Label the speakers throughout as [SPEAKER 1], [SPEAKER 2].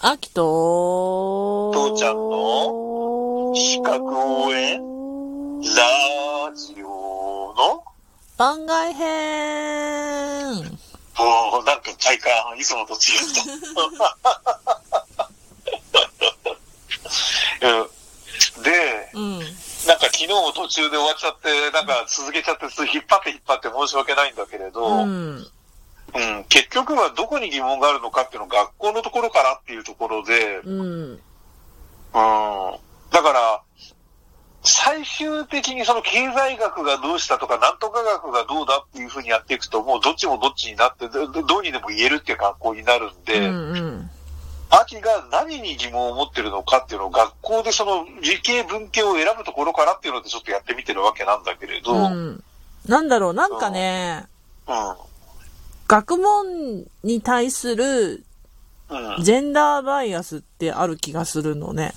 [SPEAKER 1] あきと、
[SPEAKER 2] 父ちゃんの資格応援ラジオの、
[SPEAKER 1] 番外編
[SPEAKER 2] もうなんか体感、いつもと違った。うんで、
[SPEAKER 1] うん。
[SPEAKER 2] なんか昨日も途中で終わっちゃって、なんか続けちゃって、引っ張って引っ張って申し訳ないんだけれど、う、
[SPEAKER 1] うんん。
[SPEAKER 2] 結局はどこに疑問があるのかっていうのは学校のところからっていうところで、
[SPEAKER 1] うん。
[SPEAKER 2] うんだから、最終的にその経済学がどうしたとか、なんとか学がどうだっていうふうにやっていくと、もうどっちもどっちになって、どどどうにでも言えるっていう学校になるん
[SPEAKER 1] う
[SPEAKER 2] で、
[SPEAKER 1] ん。うん。
[SPEAKER 2] 秋が何に疑問を持ってるのかっていうのを学校でその理系文系を選ぶところからっていうのでちょっとやってみてるわけなんだけれど、うん。
[SPEAKER 1] うん。なんだろう、なんかね、
[SPEAKER 2] う
[SPEAKER 1] 学問に対する
[SPEAKER 2] ん。
[SPEAKER 1] ジェンダーバイアスってある気がするのね。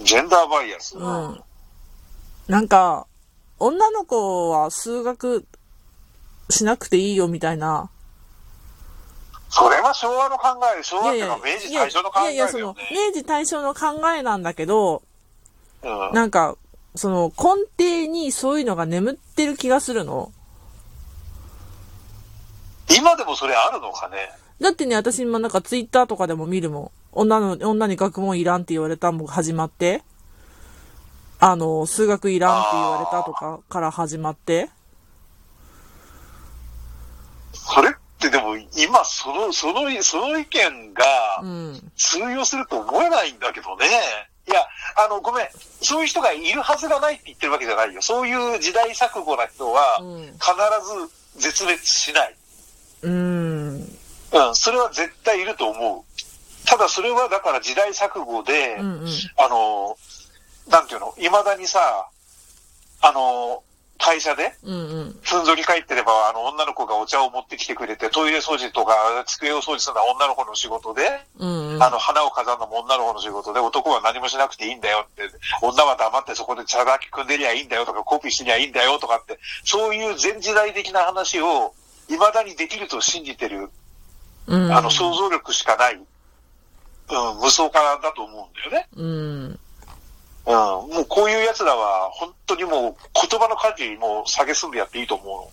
[SPEAKER 2] ジェンダーバイアス。
[SPEAKER 1] うん。なんか、女の子は数学しなくていいよみたいな。
[SPEAKER 2] それは昭和の考え、昭和っていうか明治大正の考
[SPEAKER 1] いやい
[SPEAKER 2] え
[SPEAKER 1] や、
[SPEAKER 2] だ
[SPEAKER 1] そ
[SPEAKER 2] よ
[SPEAKER 1] の
[SPEAKER 2] ね。、
[SPEAKER 1] 明治大正の考えなんだけど、
[SPEAKER 2] うん。
[SPEAKER 1] なんか、その根底にそういうのが眠ってる気がするの。
[SPEAKER 2] 今でもそれあるのかね。
[SPEAKER 1] だってね、私今なんかツイッターとかでも見るもん。女の、女に学問いらんって言われたもん始まって。あの、数学いらんって言われたとかから始まって。
[SPEAKER 2] それってでも今その、その、その意見が
[SPEAKER 1] うん。
[SPEAKER 2] 通用すると思えないんだけどね。いや、あの、ごめん。そういう人がいるはずがないって言ってるわけじゃないよ。そういう時代錯誤な人は
[SPEAKER 1] うん
[SPEAKER 2] 必ず絶滅しない。
[SPEAKER 1] うん。
[SPEAKER 2] うん、それは絶対いると思う。ただそれはだから時代錯誤で、
[SPEAKER 1] うんうん。
[SPEAKER 2] あの、なんていうの、未だにさ、あの、会社で、
[SPEAKER 1] うんうん。
[SPEAKER 2] ふんぞり返ってれば、あの、女の子がお茶を持ってきてくれて、トイレ掃除とか、机を掃除するのは女の子の仕事で、
[SPEAKER 1] うんうん。
[SPEAKER 2] あの、花を飾るのも女の子の仕事で、男は何もしなくていいんだよって、女は黙ってそこで茶だけ組んでりゃいいんだよとか、コピーしりゃいいんだよとかって、そういう前時代的な話を、未だにできると信じてる、
[SPEAKER 1] うん、
[SPEAKER 2] あの、想像力しかない、うん、無双化だと思うんだよね。
[SPEAKER 1] うん。
[SPEAKER 2] うん、もうこういう奴らは、本当にもう言葉の価値もう下げすんでやっていいと思うの。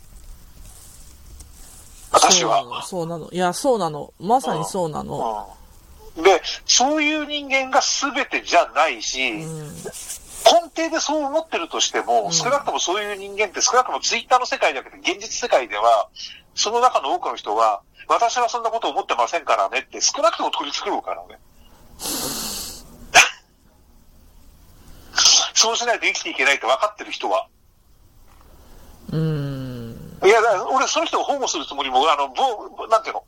[SPEAKER 2] 私は。
[SPEAKER 1] そうなの。そうなの。いや、そうなの。まさにそうなの。
[SPEAKER 2] うん、で、そういう人間が全てじゃないし、
[SPEAKER 1] う
[SPEAKER 2] 根
[SPEAKER 1] ん。
[SPEAKER 2] 底でそう思ってるとして
[SPEAKER 1] う
[SPEAKER 2] も、
[SPEAKER 1] ん
[SPEAKER 2] 少なくともそういう人間って少なくともツイッターの世界だけど、現実世界では、その中の多くの人は、私はそんなこと思ってませんからねって少なくとも取り繕うからね。 そうしないと生きていけないって分かってる人は。
[SPEAKER 1] うん。
[SPEAKER 2] いや、だから俺、その人を保護するつもりも、あの、ぼなんていうの、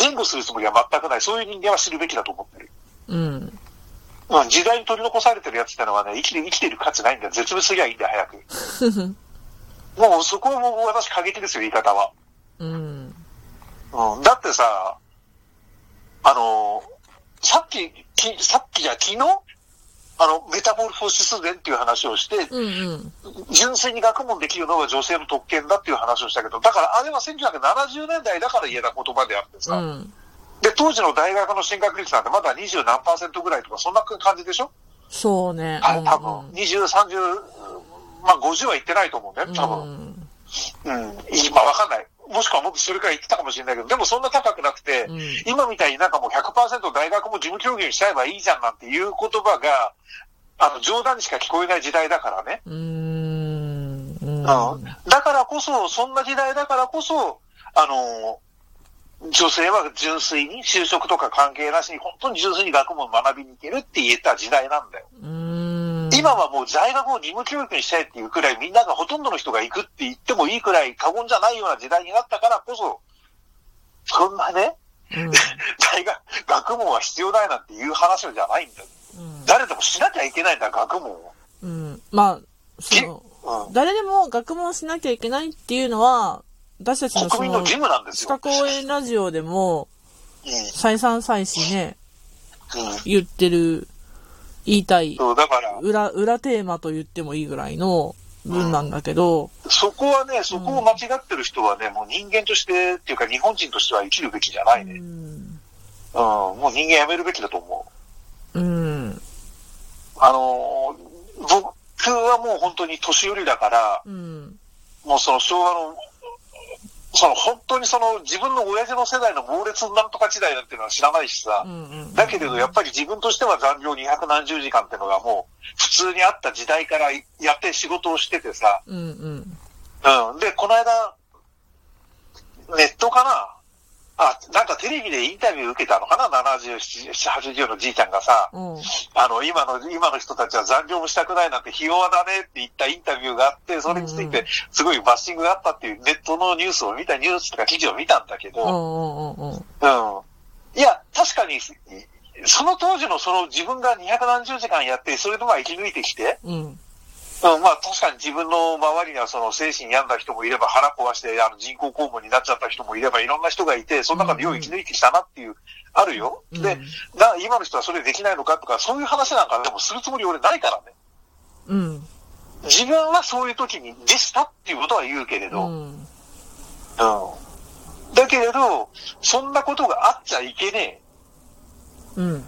[SPEAKER 2] 弁護するつもりは全くない。そういう人間は知るべきだと思ってる。
[SPEAKER 1] うん。
[SPEAKER 2] うん、時代に取り残されてるやつってのはね、生きて、生きてる価値ないんだよ。絶滅すりゃいいんだよ、早 く。もう、そこはもう私、過激ですよ、言い方は。
[SPEAKER 1] うん。
[SPEAKER 2] うん、だってさ、あの、さっき、きさっきじゃ、昨日あの、メタボルフォシス伝っていう話をして、
[SPEAKER 1] うんうん。
[SPEAKER 2] 純粋に学問できるのが女性の特権だっていう話をしたけど、だからあれは1970年代だから言えた言葉であって
[SPEAKER 1] う
[SPEAKER 2] さ、
[SPEAKER 1] ん。
[SPEAKER 2] で、当時の大学の進学率なんてまだ20何パーセントぐらいとか、そんな感じでしょ
[SPEAKER 1] そうね。
[SPEAKER 2] はい、多
[SPEAKER 1] うん
[SPEAKER 2] 分。20、30、まあ50は行ってないと思うね、多分。うん、今わかんない。もしくはもっとそれから言ってたかもしれないけど、でもそんな高くなくて、
[SPEAKER 1] うん
[SPEAKER 2] 今みたいになんかもう100%大学も事務協議にしちゃえばいいじゃんなんていう言葉が、あの、冗談にしか聞こえない時代だからね。
[SPEAKER 1] うん。うん。うん。
[SPEAKER 2] うんだからこそ、そんな時代だからこそ、あの、女性は純粋に就職とか関係なしに、本当に純粋に学問を学びに行けるって言えた時代なんだよ。
[SPEAKER 1] うん。
[SPEAKER 2] 今はもう在学を義務教育にしたいっていうくらい、みんながほとんどの人が行くって言ってもいいくらい過言じゃないような時代になったからこそ、そんなね、
[SPEAKER 1] うん。
[SPEAKER 2] 大学、学問は必要ないなんていう話じゃないんだよ。誰でもしなきゃいけないんだ、学問を。
[SPEAKER 1] うん。うん。まあ、その、
[SPEAKER 2] う
[SPEAKER 1] 誰でも学問しなきゃいけないっていうのは、私たち
[SPEAKER 2] ん、
[SPEAKER 1] の
[SPEAKER 2] 国
[SPEAKER 1] そ
[SPEAKER 2] 民の
[SPEAKER 1] の、
[SPEAKER 2] 義務なんです
[SPEAKER 1] 資
[SPEAKER 2] よ。
[SPEAKER 1] 格応援ラジオでも、再三再四ね、
[SPEAKER 2] うん、うん
[SPEAKER 1] 言ってる、言いたい、
[SPEAKER 2] そう、だから、
[SPEAKER 1] 裏、裏テーマと言ってもいいぐらいの文なんだけど、
[SPEAKER 2] そこはね、そこを間違ってる人はね、もう人間としてっていうか日本人としては生きるべきじゃな
[SPEAKER 1] う
[SPEAKER 2] いね。
[SPEAKER 1] ん、
[SPEAKER 2] うん、もう人間やめるべきだと思う。
[SPEAKER 1] うん。
[SPEAKER 2] あのー僕はもう本当に年寄りだから、
[SPEAKER 1] うん。
[SPEAKER 2] もうその昭和の、その本当にその自分の親父の世代の猛烈なんとか時代なんていうのは知らないしさ
[SPEAKER 1] う、ん。うん。
[SPEAKER 2] だけれどやっぱり自分としては残業200何十時間っていうのがもう普通にあった時代からやって仕事をしててさ、
[SPEAKER 1] うん。うん。
[SPEAKER 2] うん。で、この間、ネットかなあ、なんかテレビでインタビュー受けたのかな ?70、80のじいちゃんがさ、
[SPEAKER 1] うん。
[SPEAKER 2] あの、今の、今の人たちは残業もしたくないなんて、ひ弱だねって言ったインタビューがあって、それについ
[SPEAKER 1] うんう
[SPEAKER 2] て、すごいバッシングがあったっていうネットのニュースを見た、ニュースとか記事を見たんだけ
[SPEAKER 1] う
[SPEAKER 2] ど、
[SPEAKER 1] ん。うん。うん。
[SPEAKER 2] うん。いや、確かに、その当時のその自分が200何十時間やって、それでまあ生き抜いてきて、
[SPEAKER 1] うん。
[SPEAKER 2] うん、まあ確かに自分の周りにはその精神病んだ人もいれば腹壊してあの人工肛門になっちゃった人もいればいろんな人がいて、その中でよう生き抜いてきたなっていう、あるよ。
[SPEAKER 1] うん
[SPEAKER 2] で、な、今の人はそれできないのかとか、そういう話なんかでもするつもり俺ないからね。
[SPEAKER 1] うん。
[SPEAKER 2] 自分はそういう時にでしたっていうことは言うけれ
[SPEAKER 1] う
[SPEAKER 2] ど、うん。
[SPEAKER 1] ん。
[SPEAKER 2] だけれど、そんなことがあっちゃいけね
[SPEAKER 1] うん。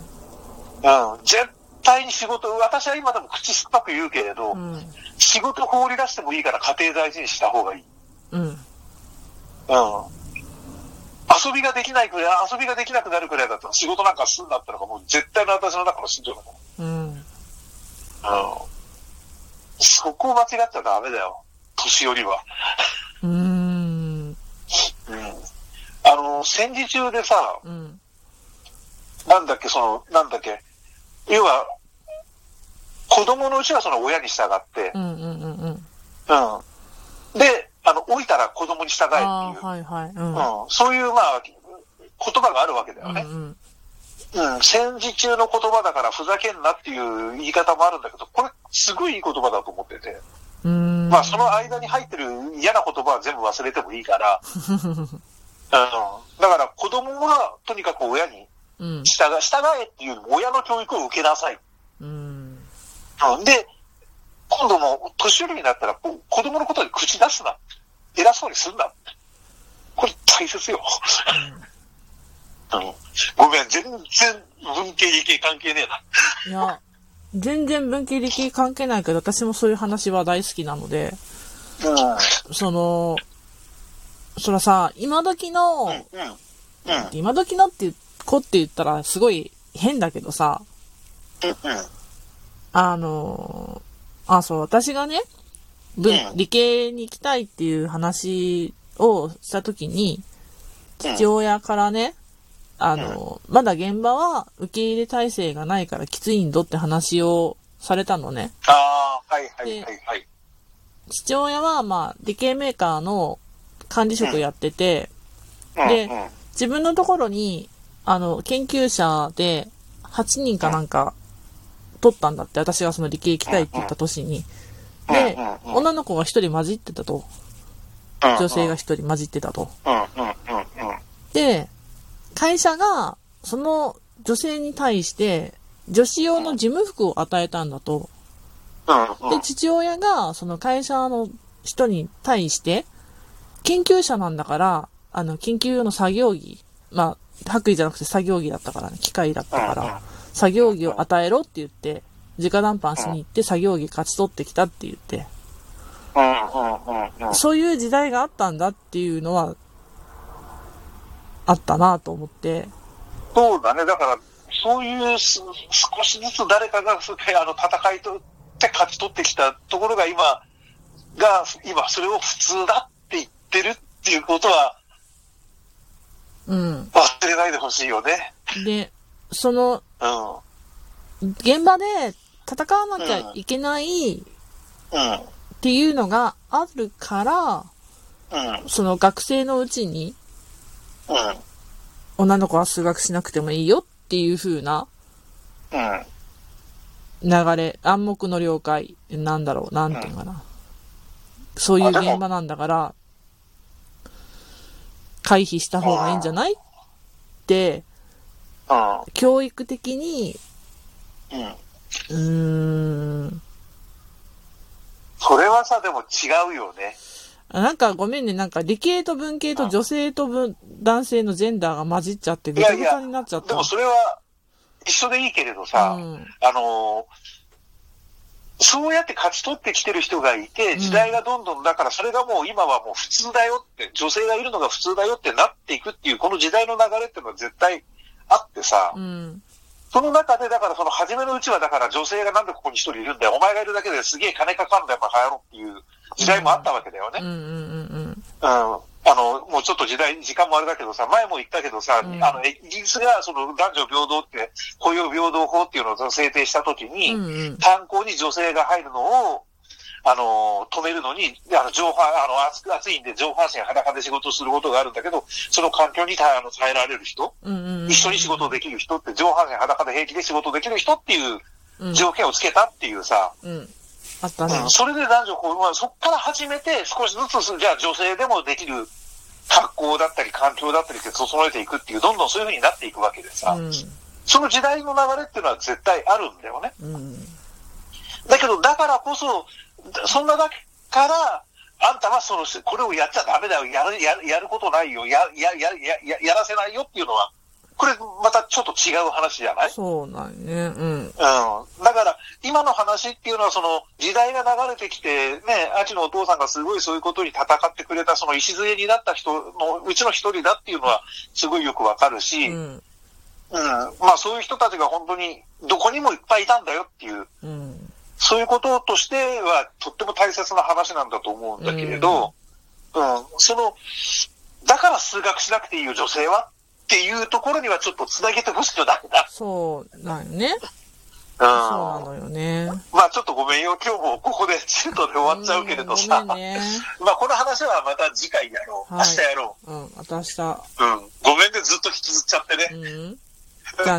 [SPEAKER 2] え。うん。絶対に仕事、私は今でも口酸っぱく言うけれど、
[SPEAKER 1] うん。
[SPEAKER 2] 仕事放り出してもいいから家庭大事にした方がいい。
[SPEAKER 1] うん。
[SPEAKER 2] うん遊びができないくらい、遊びができなくなるくらいだったら仕事なんかすんなったのがもう絶対の私の中の心情だもん。
[SPEAKER 1] うん。
[SPEAKER 2] うん。そこを間違っちゃダメだよ。年寄りは。
[SPEAKER 1] うん。
[SPEAKER 2] うん。あの、戦時中でさ、
[SPEAKER 1] うん。
[SPEAKER 2] なんだっけ、その、なんだっけ、要は、子供のうちはその親に従って
[SPEAKER 1] う、んうんうんうん。
[SPEAKER 2] うん。で、あの、老いたら子供に従えってい
[SPEAKER 1] あ
[SPEAKER 2] う、
[SPEAKER 1] あ、はいはい。うん。
[SPEAKER 2] うん。そういう、まあ、言葉があるわけだよね。
[SPEAKER 1] うん
[SPEAKER 2] うん、戦時中の言葉だからふざけんなっていう言い方もあるんだけど、これすごいいい言葉だと思ってて。
[SPEAKER 1] うん。
[SPEAKER 2] まあその間に入ってる嫌な言葉は全部忘れてもいいから。うん、だから子供はとにかく親に
[SPEAKER 1] うん。
[SPEAKER 2] 従従えっていうよりも親の教育を受けなさい。
[SPEAKER 1] うん。
[SPEAKER 2] うん、で、今度も年寄りになったらこう子供のことに口出すな。偉そうにすんな。これ大切よ。うん、ごめん、全然文系理系関係ねえ
[SPEAKER 1] い
[SPEAKER 2] な。
[SPEAKER 1] や、全然文系理系関係ないけど、私もそういう話は大好きなので、
[SPEAKER 2] うん。
[SPEAKER 1] その、そらさ、今時の、
[SPEAKER 2] うん。うん。
[SPEAKER 1] 今時のって、子って言ったらすごい変だけどさ、
[SPEAKER 2] う
[SPEAKER 1] あの、あ、そう、私がね、文
[SPEAKER 2] う、ん
[SPEAKER 1] 理系に行きたいっていう話をしたときに、
[SPEAKER 2] ん。
[SPEAKER 1] 父親からね、あの、まだ現場は受け入れ体制がないからきついんどって話をされたのね。
[SPEAKER 2] ああ、はいはいはいはい。
[SPEAKER 1] 父親は、まあ、理系メーカーの管理職やってて、で
[SPEAKER 2] うんうん
[SPEAKER 1] 自分のところに、あの、研究者で8人かなんか取ったんだって、私がその理系行きたいって言った年に。で
[SPEAKER 2] うんうん、うん
[SPEAKER 1] 女の子が1人混じってたと。女性が1人混じってたと。
[SPEAKER 2] うんうんうんうん。
[SPEAKER 1] で、会社が、その女性に対して、女子用の事務服を与えたんだと。
[SPEAKER 2] うんう
[SPEAKER 1] で、
[SPEAKER 2] ん。
[SPEAKER 1] 父親が、その会社の人に対して、研究者なんだから、あの、研究用の作業着、まあ、白衣じゃなくて作業着だったからね、機械だったか
[SPEAKER 2] うんうん
[SPEAKER 1] ら、作業着を与えろって言って、直談判しに行って作業着勝ち取ってきたって言って、
[SPEAKER 2] うんうんうんうん。
[SPEAKER 1] そういう時代があったんだっていうのは、あったなと思って、
[SPEAKER 2] そうだね。だから、そういうす少しずつ誰かがそうあの戦いとって勝ち取ってきたところが今、が、今それを普通だって言ってるっていうことは
[SPEAKER 1] うん。
[SPEAKER 2] 忘れないでほしいよね。
[SPEAKER 1] で、その、
[SPEAKER 2] うん。
[SPEAKER 1] 現場で戦わなきゃいけない
[SPEAKER 2] うん。
[SPEAKER 1] っていうのがあるから、
[SPEAKER 2] うん。
[SPEAKER 1] その学生のうちに
[SPEAKER 2] うん。
[SPEAKER 1] 女の子は数学しなくてもいいよっていう風な
[SPEAKER 2] うん。
[SPEAKER 1] 流れ、暗黙の了解、なんだろう、なんていうのかな。そういう
[SPEAKER 2] あでも
[SPEAKER 1] 現場なんだから、回避した方がいいんじゃないって、
[SPEAKER 2] う
[SPEAKER 1] 教育的に、
[SPEAKER 2] ん。うん。
[SPEAKER 1] うーん、
[SPEAKER 2] それはさ、でも違うよね。
[SPEAKER 1] あなんかごめんね、なんか理系と文系と女性と文男性のジェンダーが混じっちゃって、ぐ
[SPEAKER 2] い
[SPEAKER 1] ち
[SPEAKER 2] や
[SPEAKER 1] ゃ
[SPEAKER 2] い
[SPEAKER 1] ぐち
[SPEAKER 2] や
[SPEAKER 1] ゃになっちゃっ、
[SPEAKER 2] で
[SPEAKER 1] た。
[SPEAKER 2] もそれは一緒でいいけれどさ、
[SPEAKER 1] うん
[SPEAKER 2] あのーそうやって勝ち取ってきてる人がいて、時代がどんどん、だからそれがもう今はもう普通だよって、女性がいるのが普通だよってなっていくっていう、この時代の流れっていうのは絶対あってさ、
[SPEAKER 1] うん。
[SPEAKER 2] その中で、だからその初めのうちは、だから女性がなんでここに一人いるんだよ、お前がいるだけですげえ金かかるんだよ、やっぱ流行ろうっていう時代もあったわけだよね
[SPEAKER 1] うんう。んうん
[SPEAKER 2] うんあの、もうちょっと時代、時間もあれだけどさ、前も言ったけどさ、
[SPEAKER 1] うん
[SPEAKER 2] あの、イギリスがその男女平等って、雇用平等法っていうのを制定したとき
[SPEAKER 1] う
[SPEAKER 2] に、
[SPEAKER 1] ん。うんうん。
[SPEAKER 2] 炭鉱に女性が入るのを、あの、止めるのに、あの、上半、あの、暑く暑いんで上半身裸で仕事をすることがあるんだけど、その環境に耐えあの耐えられる人、
[SPEAKER 1] うんうんうん。
[SPEAKER 2] 一緒に仕事できる人って、上半身裸で平気で仕事できる人っていう
[SPEAKER 1] うん
[SPEAKER 2] 条件をつけたっていうさ、
[SPEAKER 1] うん。あった
[SPEAKER 2] う
[SPEAKER 1] な。
[SPEAKER 2] んそれで男女交流、そこから始めて、少しずつ、じゃあ女性でもできる格好だったり、環境だったりって整えていくっていう、どんどんそういう風になっていくわけでさ、
[SPEAKER 1] う
[SPEAKER 2] その時代の流れっていうのは絶対あるんだよね。
[SPEAKER 1] ん。うん。
[SPEAKER 2] だけど、だからこそ、だそんなだから、あんたはその、これをやっちゃダメだよ、やる、やるやることないよ、や、や、や、や、ややらせないよっていうのは、これまたちょっと違う話じゃない
[SPEAKER 1] そうなんね。うん。
[SPEAKER 2] うんだから、今の話っていうのは、その、時代が流れてきて、ね、アチのお父さんがすごいそういうことに戦ってくれた、その礎になった人のうちの一人だっていうのは、すごいよくわかるし、
[SPEAKER 1] う
[SPEAKER 2] うん、
[SPEAKER 1] ん。
[SPEAKER 2] まあそういう人たちが本当に、どこにもいっぱいいたんだよっていう、
[SPEAKER 1] うん。
[SPEAKER 2] そういうこととしては、とっても大切な話なんだと思うんだけれど、うん、その、だから数学しなくていいよ、女性はっていうところにはちょっと繋げてほしくないな。
[SPEAKER 1] そうなんね。
[SPEAKER 2] うん
[SPEAKER 1] そうなのよね。
[SPEAKER 2] まあちょっとごめんよ、今日もここで中途で終わっちゃうけれどさ、
[SPEAKER 1] うんごめんね。
[SPEAKER 2] まあこの話はまた次回やろう。
[SPEAKER 1] はい
[SPEAKER 2] 明日やろ
[SPEAKER 1] うん。また明日。
[SPEAKER 2] う。うん。ごめんね、ずっと引きずっちゃってね。
[SPEAKER 1] うん。じゃあね